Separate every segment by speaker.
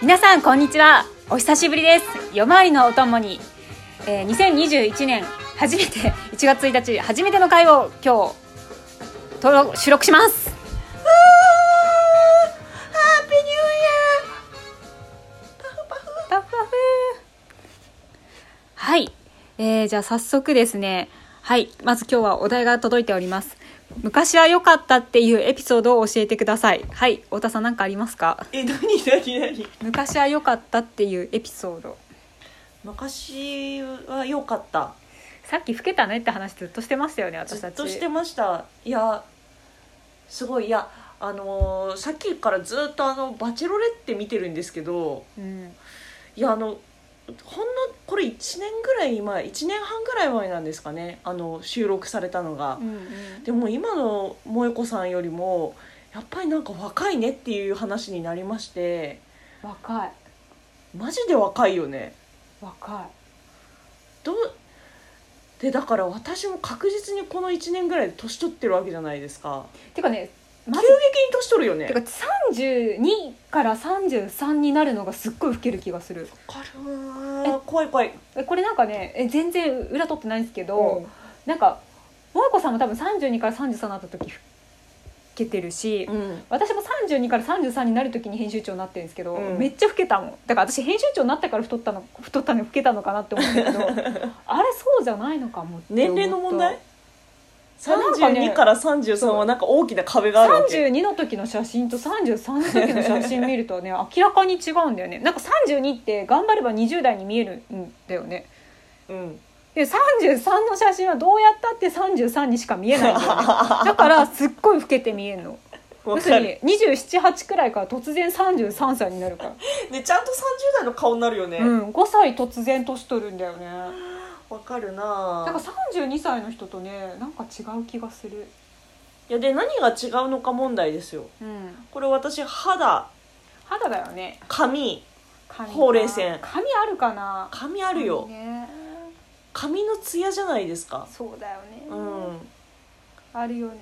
Speaker 1: 皆さんこんにちはお久しぶりです夜回りのお供に、えー、2021年初めて1月1日 初めての回を今日登録収録します
Speaker 2: ハッピーニューイヤー
Speaker 1: パフパフはい、えー、じゃあ早速ですねはいまず今日はお題が届いております昔は良かったっていうエピソードを教えてくださいはい太田さん何かありますか
Speaker 2: え、なになになに
Speaker 1: 昔は良かったっていうエピソード
Speaker 2: 昔は良かった
Speaker 1: さっき老けたねって話ずっとしてましたよね私
Speaker 2: ず
Speaker 1: た
Speaker 2: っ
Speaker 1: ち
Speaker 2: としてましたいやすごいいやあのーさっきからずっとあの「バチェロレッテ」見てるんですけど
Speaker 1: うん
Speaker 2: いやあのほんのこれ1年ぐらい前1年半ぐらい前なんですかねあの収録されたのが
Speaker 1: う、ん
Speaker 2: でも今の萌子さんよりもやっぱりなんか若いねっていう話になりまして
Speaker 1: 若い
Speaker 2: マジで若いよね
Speaker 1: 若い
Speaker 2: どうでだから私も確実にこの1年ぐらいで年取ってるわけじゃないですか
Speaker 1: てかねまず
Speaker 2: 急激に年取るよね
Speaker 1: てか32から33になるのがすっごい老ける気がする
Speaker 2: かるー怖い怖い
Speaker 1: えこれなんかねえ全然裏取ってないんですけど、
Speaker 2: うん
Speaker 1: なんか萌子さんも多分32から33になった時老けてるし、
Speaker 2: うん
Speaker 1: 私も32から33になる時に編集長になってるんですけど、
Speaker 2: うん
Speaker 1: めっちゃ老けたもんだから私編集長になったから太ったの太ったの老けたのかなって思ったけ どあれそうじゃないのかもって思った
Speaker 2: 年齢の問題
Speaker 1: なんかね
Speaker 2: 32から33はなんか大きな壁があるわけ
Speaker 1: 32の時の写真と33の時の写真見る とね明らかに違うんだよねなんか32って頑張れば20代に見えるんだよね
Speaker 2: うん
Speaker 1: で33の写真はどうやったって33にしか見えないんだ よねだからすっごい老けて見えるの
Speaker 2: わ
Speaker 1: 要す
Speaker 2: か
Speaker 1: る
Speaker 2: る
Speaker 1: に278くらいから突然33歳になるから、
Speaker 2: ねちゃんと30代の顔になるよね
Speaker 1: うん、5歳突然年取るんだよね
Speaker 2: わかるな
Speaker 1: だ
Speaker 2: ー
Speaker 1: から32歳の人とねなんか違う気がする
Speaker 2: いやで何が違うのか問題ですよ
Speaker 1: うん
Speaker 2: これ私肌
Speaker 1: 肌だよね
Speaker 2: 髪
Speaker 1: 髪が
Speaker 2: ほうれい線
Speaker 1: 髪あるかな
Speaker 2: 髪あるよ
Speaker 1: ね
Speaker 2: 髪のツヤじゃないですか
Speaker 1: そうだよね、
Speaker 2: うん
Speaker 1: あるよね、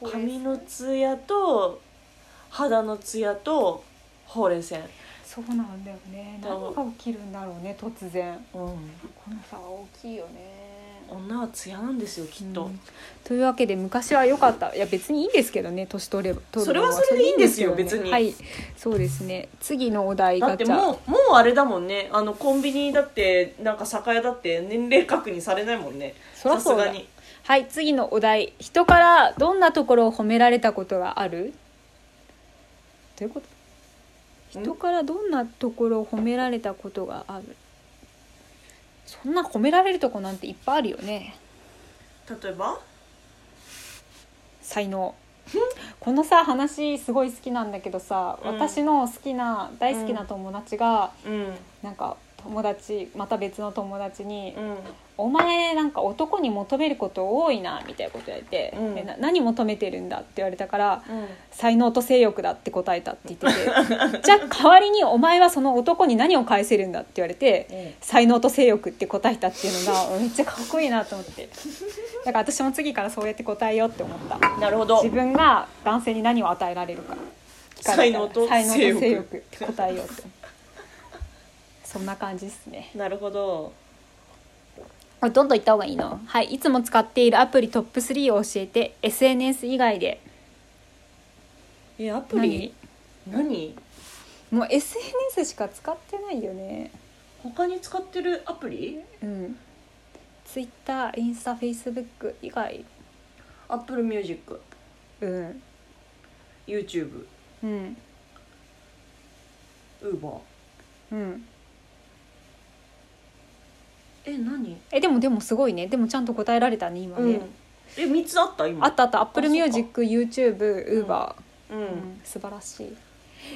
Speaker 2: うん、髪のツヤと肌のツヤとほうれい線、
Speaker 1: そうなんだよね何が起きるんだろうね突然
Speaker 2: うん、
Speaker 1: この差は大きいよね
Speaker 2: 女はツヤなんですよきっと、
Speaker 1: うんというわけで昔は良かったいや別にいいですけどね年取れば取るの
Speaker 2: それはそれでいいんですよ
Speaker 1: それでいいんですけ
Speaker 2: 別
Speaker 1: どねはいそうですね次のお題
Speaker 2: だっ
Speaker 1: ガ
Speaker 2: て
Speaker 1: チャ
Speaker 2: もうもうあれだもんねあのコンビニだってなんか酒屋だって年齢確認されないもんね
Speaker 1: そら
Speaker 2: さ
Speaker 1: そ
Speaker 2: す
Speaker 1: うだ
Speaker 2: がに
Speaker 1: はい次のお題人からどんなところを褒められたことがあるどういうこと
Speaker 2: ん
Speaker 1: 人からどんなところを褒められたことがあるそんな褒められるとこなんていっぱいあるよね
Speaker 2: 例えば
Speaker 1: 才能このさ話すごい好きなんだけどさ、
Speaker 2: うん
Speaker 1: 私の好きな大好きな友達が、
Speaker 2: うん
Speaker 1: なんか友達また別の友達に
Speaker 2: うん
Speaker 1: 「お前なんか男に求めること多いな」みたいなこと言われて、
Speaker 2: うん
Speaker 1: えな何求めてるんだ?」って言われたから
Speaker 2: うん
Speaker 1: 「才能と性欲だ」って答えたって言っててじゃあ代わりに「お前はその男に何を返せるんだ?」って言われて才能と性欲って答えたっていうのがめっちゃかっこいいなと思ってだから私も次からそうやって答えようって思った
Speaker 2: なるほど
Speaker 1: 自分が男性に何を与えられるか聞かれたら
Speaker 2: 才能と
Speaker 1: 才能と
Speaker 2: 性欲
Speaker 1: 性欲って答えようって思ったそんな感じですね
Speaker 2: なるほど
Speaker 1: これどんどんいった方がいいのはいいつも使っているアプリトップ3を教えて SNS 以外で
Speaker 2: えアプ
Speaker 1: 何
Speaker 2: リ何
Speaker 1: もう SNS しか使ってないよね
Speaker 2: 他に使ってるアプリ
Speaker 1: うんツイッターインスタフェイスブック以外
Speaker 2: アップルミュージック
Speaker 1: うん
Speaker 2: YouTube
Speaker 1: うん
Speaker 2: ウーバ
Speaker 1: う
Speaker 2: ー
Speaker 1: ん
Speaker 2: え何
Speaker 1: えでもでもすごいねでもちゃんと答えられたね今ね、
Speaker 2: え三つあった今
Speaker 1: あったあったアップルミュージ
Speaker 2: そっ
Speaker 1: ック YouTube
Speaker 2: う
Speaker 1: Uber
Speaker 2: ん、
Speaker 1: う
Speaker 2: う
Speaker 1: ん
Speaker 2: ん
Speaker 1: 素晴らしい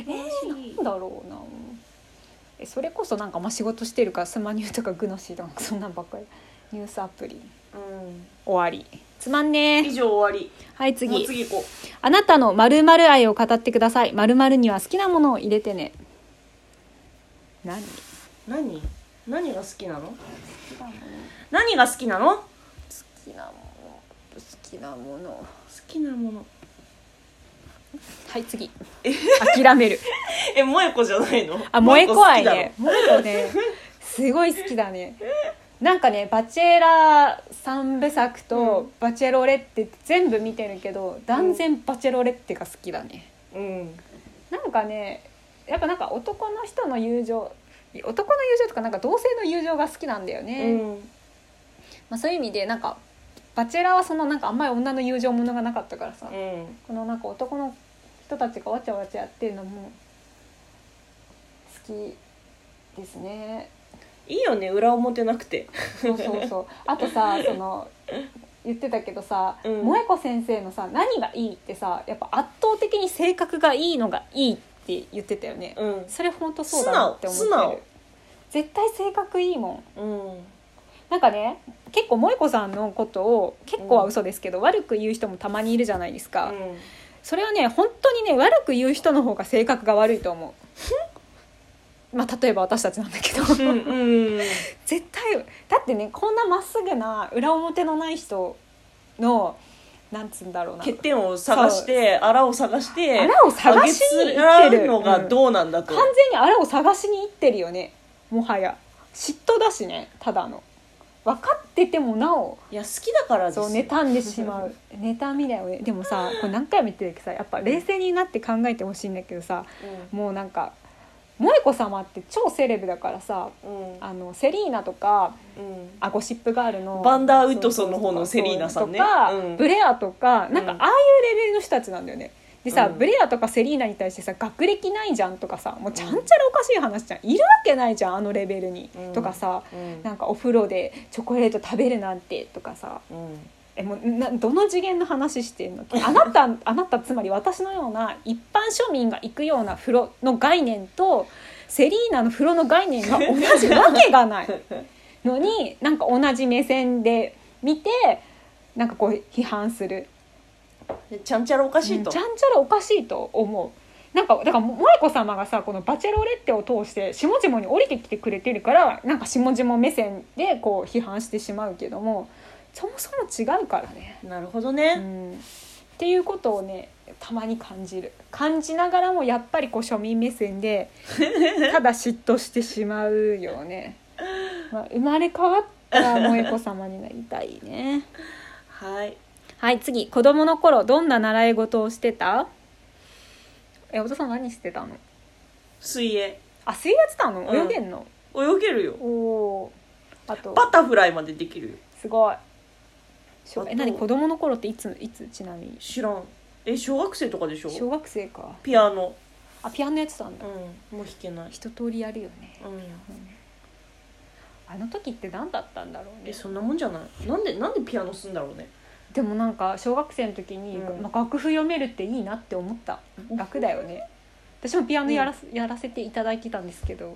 Speaker 2: え
Speaker 1: なんだろうなえそれこそなんかまあ仕事してるからスマニューとかグノシーとかそんなんばっかりニュースアプリ
Speaker 2: うん
Speaker 1: 終わりつまん
Speaker 2: 以
Speaker 1: ねえ
Speaker 2: 上終わり
Speaker 1: はい
Speaker 2: もう
Speaker 1: 次
Speaker 2: 次行こ
Speaker 1: あなたの〇〇愛を語ってください〇〇には好きなものを入れてね何好
Speaker 2: う何何が好きなの
Speaker 1: きなもの
Speaker 2: 何が好きなの好
Speaker 1: 好きなもの好きなもの
Speaker 2: きなもの
Speaker 1: はい次諦める
Speaker 2: え萌子じゃないの
Speaker 1: あ萌え子愛
Speaker 2: 好きだ
Speaker 1: ね萌え子ねすごい好きだねなんかね「バチェラー三部作」と「バチェロレッテ」全部見てるけど断然「バチェロレッテ」が好きだね
Speaker 2: ろうん
Speaker 1: なんかねやっぱなんか男の人の友情男の友情とかなんか同性の友情が好きなんだよね、
Speaker 2: うん
Speaker 1: まあ、そういう意味でなんか「バチェラー」はそのなんかあんまり女の友情ものがなかったからさ、
Speaker 2: うん
Speaker 1: このなんか男の人たちがわちゃわちゃやってるのも好きですね
Speaker 2: いいよね裏表なくて
Speaker 1: そうそうそうあと さその言ってたけどさ、
Speaker 2: うん
Speaker 1: 萌子先生のさ何がいいってさやっぱ圧倒的に性格がいいのがいいって言ってたよね、
Speaker 2: うん
Speaker 1: それ本当そうだなって思ってる
Speaker 2: 素直素直
Speaker 1: 絶対性格いいもん
Speaker 2: うん
Speaker 1: なんかね結構萌子さんのことを結構は嘘ですけど、悪く言う人もたまにいるじゃないですか、
Speaker 2: うん
Speaker 1: それはね本当にね悪く言う人の方が性格が悪いと思うまあ例えば私たちなんだけど
Speaker 2: うんうん
Speaker 1: 絶対だってねこんなまっすぐな裏表のない人のなんつうんだろうな
Speaker 2: 欠点を探してあらを探して
Speaker 1: あらを探しに行
Speaker 2: あ
Speaker 1: って
Speaker 2: げつらう
Speaker 1: る
Speaker 2: のがどうなんだと
Speaker 1: 完全にあれを探しに行ってるよねもはや嫉妬だしねただの分かっててもなお
Speaker 2: いや好きだからです
Speaker 1: そ
Speaker 2: よ
Speaker 1: う妬んでしまう妬みだよねでもさこれ何回も言ってるけどさやっぱ冷静になって考えてほしいんだけどさもうなんか萌子様って超セレブだからさ
Speaker 2: うんうん
Speaker 1: あのセリーナとか
Speaker 2: うん
Speaker 1: あゴシップガールの
Speaker 2: バンダーウッドソンの方のセリーナさんね
Speaker 1: とか、
Speaker 2: うん
Speaker 1: ブレアとかなんか
Speaker 2: うん
Speaker 1: ああいうレベルの人たちなんだよねでさ、
Speaker 2: うん
Speaker 1: ブレアとかセリーナに対してさ学歴ないじゃんとかさもうちゃんちゃらおかしい話じゃんいるわけないじゃんあのレベルに、
Speaker 2: うん
Speaker 1: とかさ
Speaker 2: うん
Speaker 1: なんかお風呂でチョコレート食べるなんてとかさ
Speaker 2: うん
Speaker 1: えもうなどの次元の話してんのあなた あなたつまり私のような一般庶民が行くような風呂の概念とセリーナの風呂の概念が同じわけがないのになんか同じ目線で見てなんかこう批判する
Speaker 2: ちゃんちゃらおかしい
Speaker 1: うん
Speaker 2: と
Speaker 1: ちゃんちゃらおかしいと思うなんかだから萌子様がさこの「バチェロレッテ」を通して下々に降りてきてくれてるからなんか下々目線でこう批判してしまうけどもそもそも違うからね。
Speaker 2: なるほど
Speaker 1: う
Speaker 2: ね
Speaker 1: ん、っていうことをねたまに感じる感じながらもやっぱりこう庶民目線 でただ嫉妬してしまうよね、まあ、生まれ変わったら萌子様になりたいね
Speaker 2: はい
Speaker 1: はい次子供の頃どんな習い事をしてたえお父さん何してたの
Speaker 2: 水泳
Speaker 1: あ水泳やってたの
Speaker 2: うん
Speaker 1: 泳げんの、
Speaker 2: 泳げるよ
Speaker 1: おおあと
Speaker 2: バタフライまでできるよ
Speaker 1: すごいしょ
Speaker 2: あと
Speaker 1: え何子供の頃っていついつちなみに
Speaker 2: 知らんえ小学生とかでしょ
Speaker 1: 小学生か
Speaker 2: ピアノ
Speaker 1: あピアノやってたんだ
Speaker 2: うんもう弾けない
Speaker 1: 一通りやるよね
Speaker 2: うん
Speaker 1: あの時って何だったんだろう
Speaker 2: え
Speaker 1: ね
Speaker 2: そんなもんじゃないなんでなんでピアノすんだろうね
Speaker 1: でもなんか小学生の時に、
Speaker 2: うん
Speaker 1: まあ、楽譜読めるっていいなって思った楽だよね私もピアノやら,、やらせていただいてたんですけど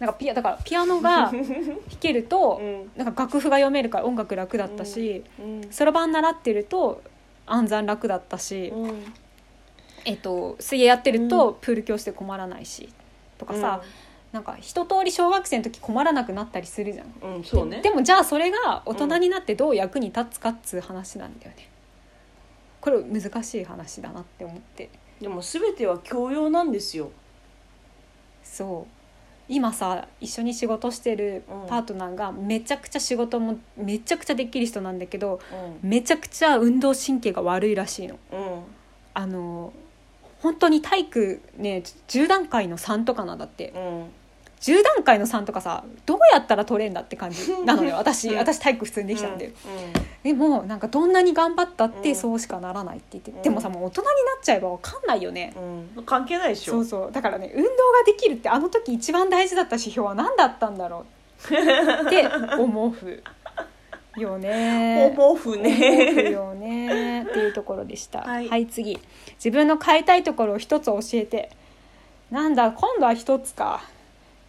Speaker 1: なんかピアだからピアノ が弾けると
Speaker 2: う、ん
Speaker 1: なんか楽譜が読めるから音楽楽だったし
Speaker 2: うん
Speaker 1: そろばん習ってると暗算楽だったし、
Speaker 2: うん
Speaker 1: えっと、水泳やってるとプール教室で困らないし、とかさ、なんか一通り小学生の時困らなくなったりするじゃん。
Speaker 2: うんうんそうね
Speaker 1: でもじゃあそれが大人になってどう役に立つかっつう話なんだよね、これ難しい話だなって思って
Speaker 2: でも全ては教養なんですよ
Speaker 1: そう今さ一緒に仕事してる
Speaker 2: うん
Speaker 1: パートナーがめちゃくちゃ仕事もめちゃくちゃできる人なんだけど
Speaker 2: う
Speaker 1: めちゃくちゃ運動神経が悪いらしいの。
Speaker 2: んうん
Speaker 1: あの本当に体育ね10段階の3とかなんだって
Speaker 2: うん
Speaker 1: 10段階の3とかさどうやったら取れんだって感じな のよ私
Speaker 2: うん
Speaker 1: 私体育普通にできたんで、でもなんかどんなに頑張ったってそうしかならないって言って、
Speaker 2: うん
Speaker 1: でもさもう大人になっちゃえばわかんないよね、
Speaker 2: うんうん関係ないでし
Speaker 1: そ
Speaker 2: ょ
Speaker 1: うそうだからね運動ができるってあの時一番大事だった指標は何だったんだろうって思うよね
Speaker 2: お毛
Speaker 1: 思
Speaker 2: 布
Speaker 1: う
Speaker 2: ね
Speaker 1: よねっていうところでした
Speaker 2: はい
Speaker 1: 次自分の変えたいところを一つ教えてなんだ今度は一つか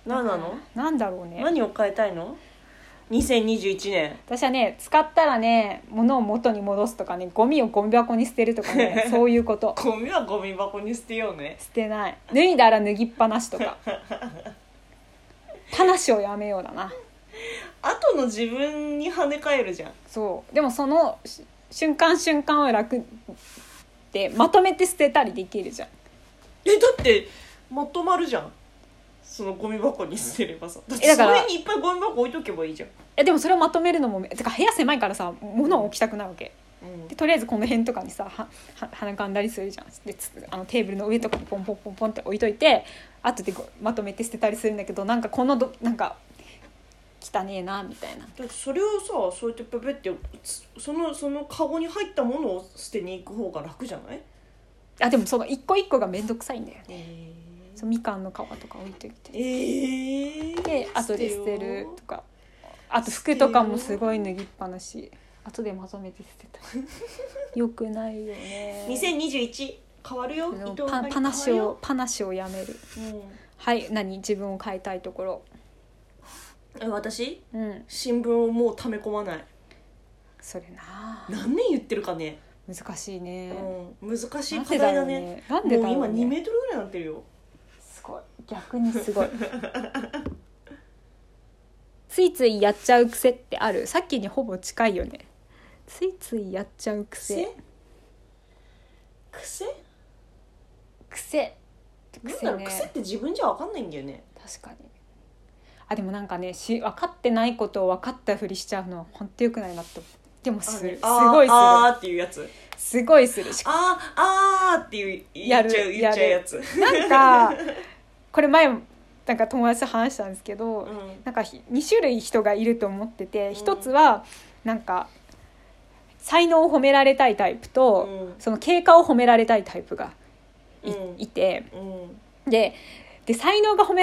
Speaker 2: 何なの
Speaker 1: なんだろうね
Speaker 2: 何を変えたいの2021年
Speaker 1: 私はね使ったらね物を元に戻すとかねゴミをゴミ箱に捨てるとかねそういうこと
Speaker 2: ゴミはゴミ箱に捨てようね
Speaker 1: 捨てない脱いだら脱ぎっぱなしとか話をやめようだな
Speaker 2: 後の自分に跳ね返るじゃん
Speaker 1: そうでもそのし瞬間瞬間を楽ってまとめて捨てたりできるじゃん
Speaker 2: えだってまとまるじゃんそのゴミ箱に捨てればさだって
Speaker 1: えだ
Speaker 2: そ
Speaker 1: から
Speaker 2: れにいっぱいゴミ箱置いとけばいいじゃん、
Speaker 1: えでもそれをまとめるのもてか部屋狭いからさ物を置きたくないわけでとりあえずこの辺とかにさはは鼻かんだりするじゃんでつあのテーブルの上とかにポンポンポンポンって置いといて後でこうまとめて捨てたりするんだけどなんかこのどなんか汚ねえなみたいな
Speaker 2: だってそれをさそうやってペペってつそのそのカゴに入ったものを捨てに行く方が楽じゃない、
Speaker 1: あでもその一個一個が面倒くさいんだよね
Speaker 2: え
Speaker 1: そうみかんの皮とか置いといて
Speaker 2: えー、
Speaker 1: で後で捨てる
Speaker 2: よ
Speaker 1: とかあと服とかもすごい脱ぎっぱなし後でまとめて捨てたよくないよね
Speaker 2: 2021変わる
Speaker 1: あ
Speaker 2: よ伊
Speaker 1: の
Speaker 2: 藤
Speaker 1: パ
Speaker 2: 真理
Speaker 1: パナシ
Speaker 2: 変わ
Speaker 1: をパナシをやめる
Speaker 2: るよ
Speaker 1: はい何自分を変えたいところ
Speaker 2: うんえ私
Speaker 1: うん
Speaker 2: 新聞をもう溜め込まない
Speaker 1: それな
Speaker 2: 何年言ってるかね、
Speaker 1: 難しいね、
Speaker 2: うん、難しい
Speaker 1: なん
Speaker 2: 課
Speaker 1: で
Speaker 2: 題
Speaker 1: だろ
Speaker 2: だ
Speaker 1: う
Speaker 2: ね
Speaker 1: ねなんでだろう
Speaker 2: もう今2
Speaker 1: ね
Speaker 2: メートルぐらいになってるよ
Speaker 1: すごい逆にすごい ついついやっちゃう癖ってあるさっきにほぼ近いよねついついやっちゃう癖
Speaker 2: 癖癖
Speaker 1: 癖
Speaker 2: なんだろう、
Speaker 1: ね
Speaker 2: 癖って自分じゃ分かんないんだよね
Speaker 1: 確かにあでもなんかねし分かってないことを分かったふりしちゃうのは本当良くないなって思うでもすすごいす
Speaker 2: あ
Speaker 1: る
Speaker 2: ーあーっていうやつ
Speaker 1: すごいするし
Speaker 2: あーあーっていう言っちゃ
Speaker 1: や
Speaker 2: う
Speaker 1: る
Speaker 2: 言っちゃう
Speaker 1: やる
Speaker 2: やつ
Speaker 1: なん かこれ前もなんか友達と話したんですけど、
Speaker 2: うん
Speaker 1: なんかひ2種類人がいると思ってて
Speaker 2: ん
Speaker 1: 一つはなんか才能を褒められたいタイプと、
Speaker 2: うん
Speaker 1: その経過を褒められたいタイプがい,、
Speaker 2: うん
Speaker 1: て
Speaker 2: うん
Speaker 1: でで才能が褒め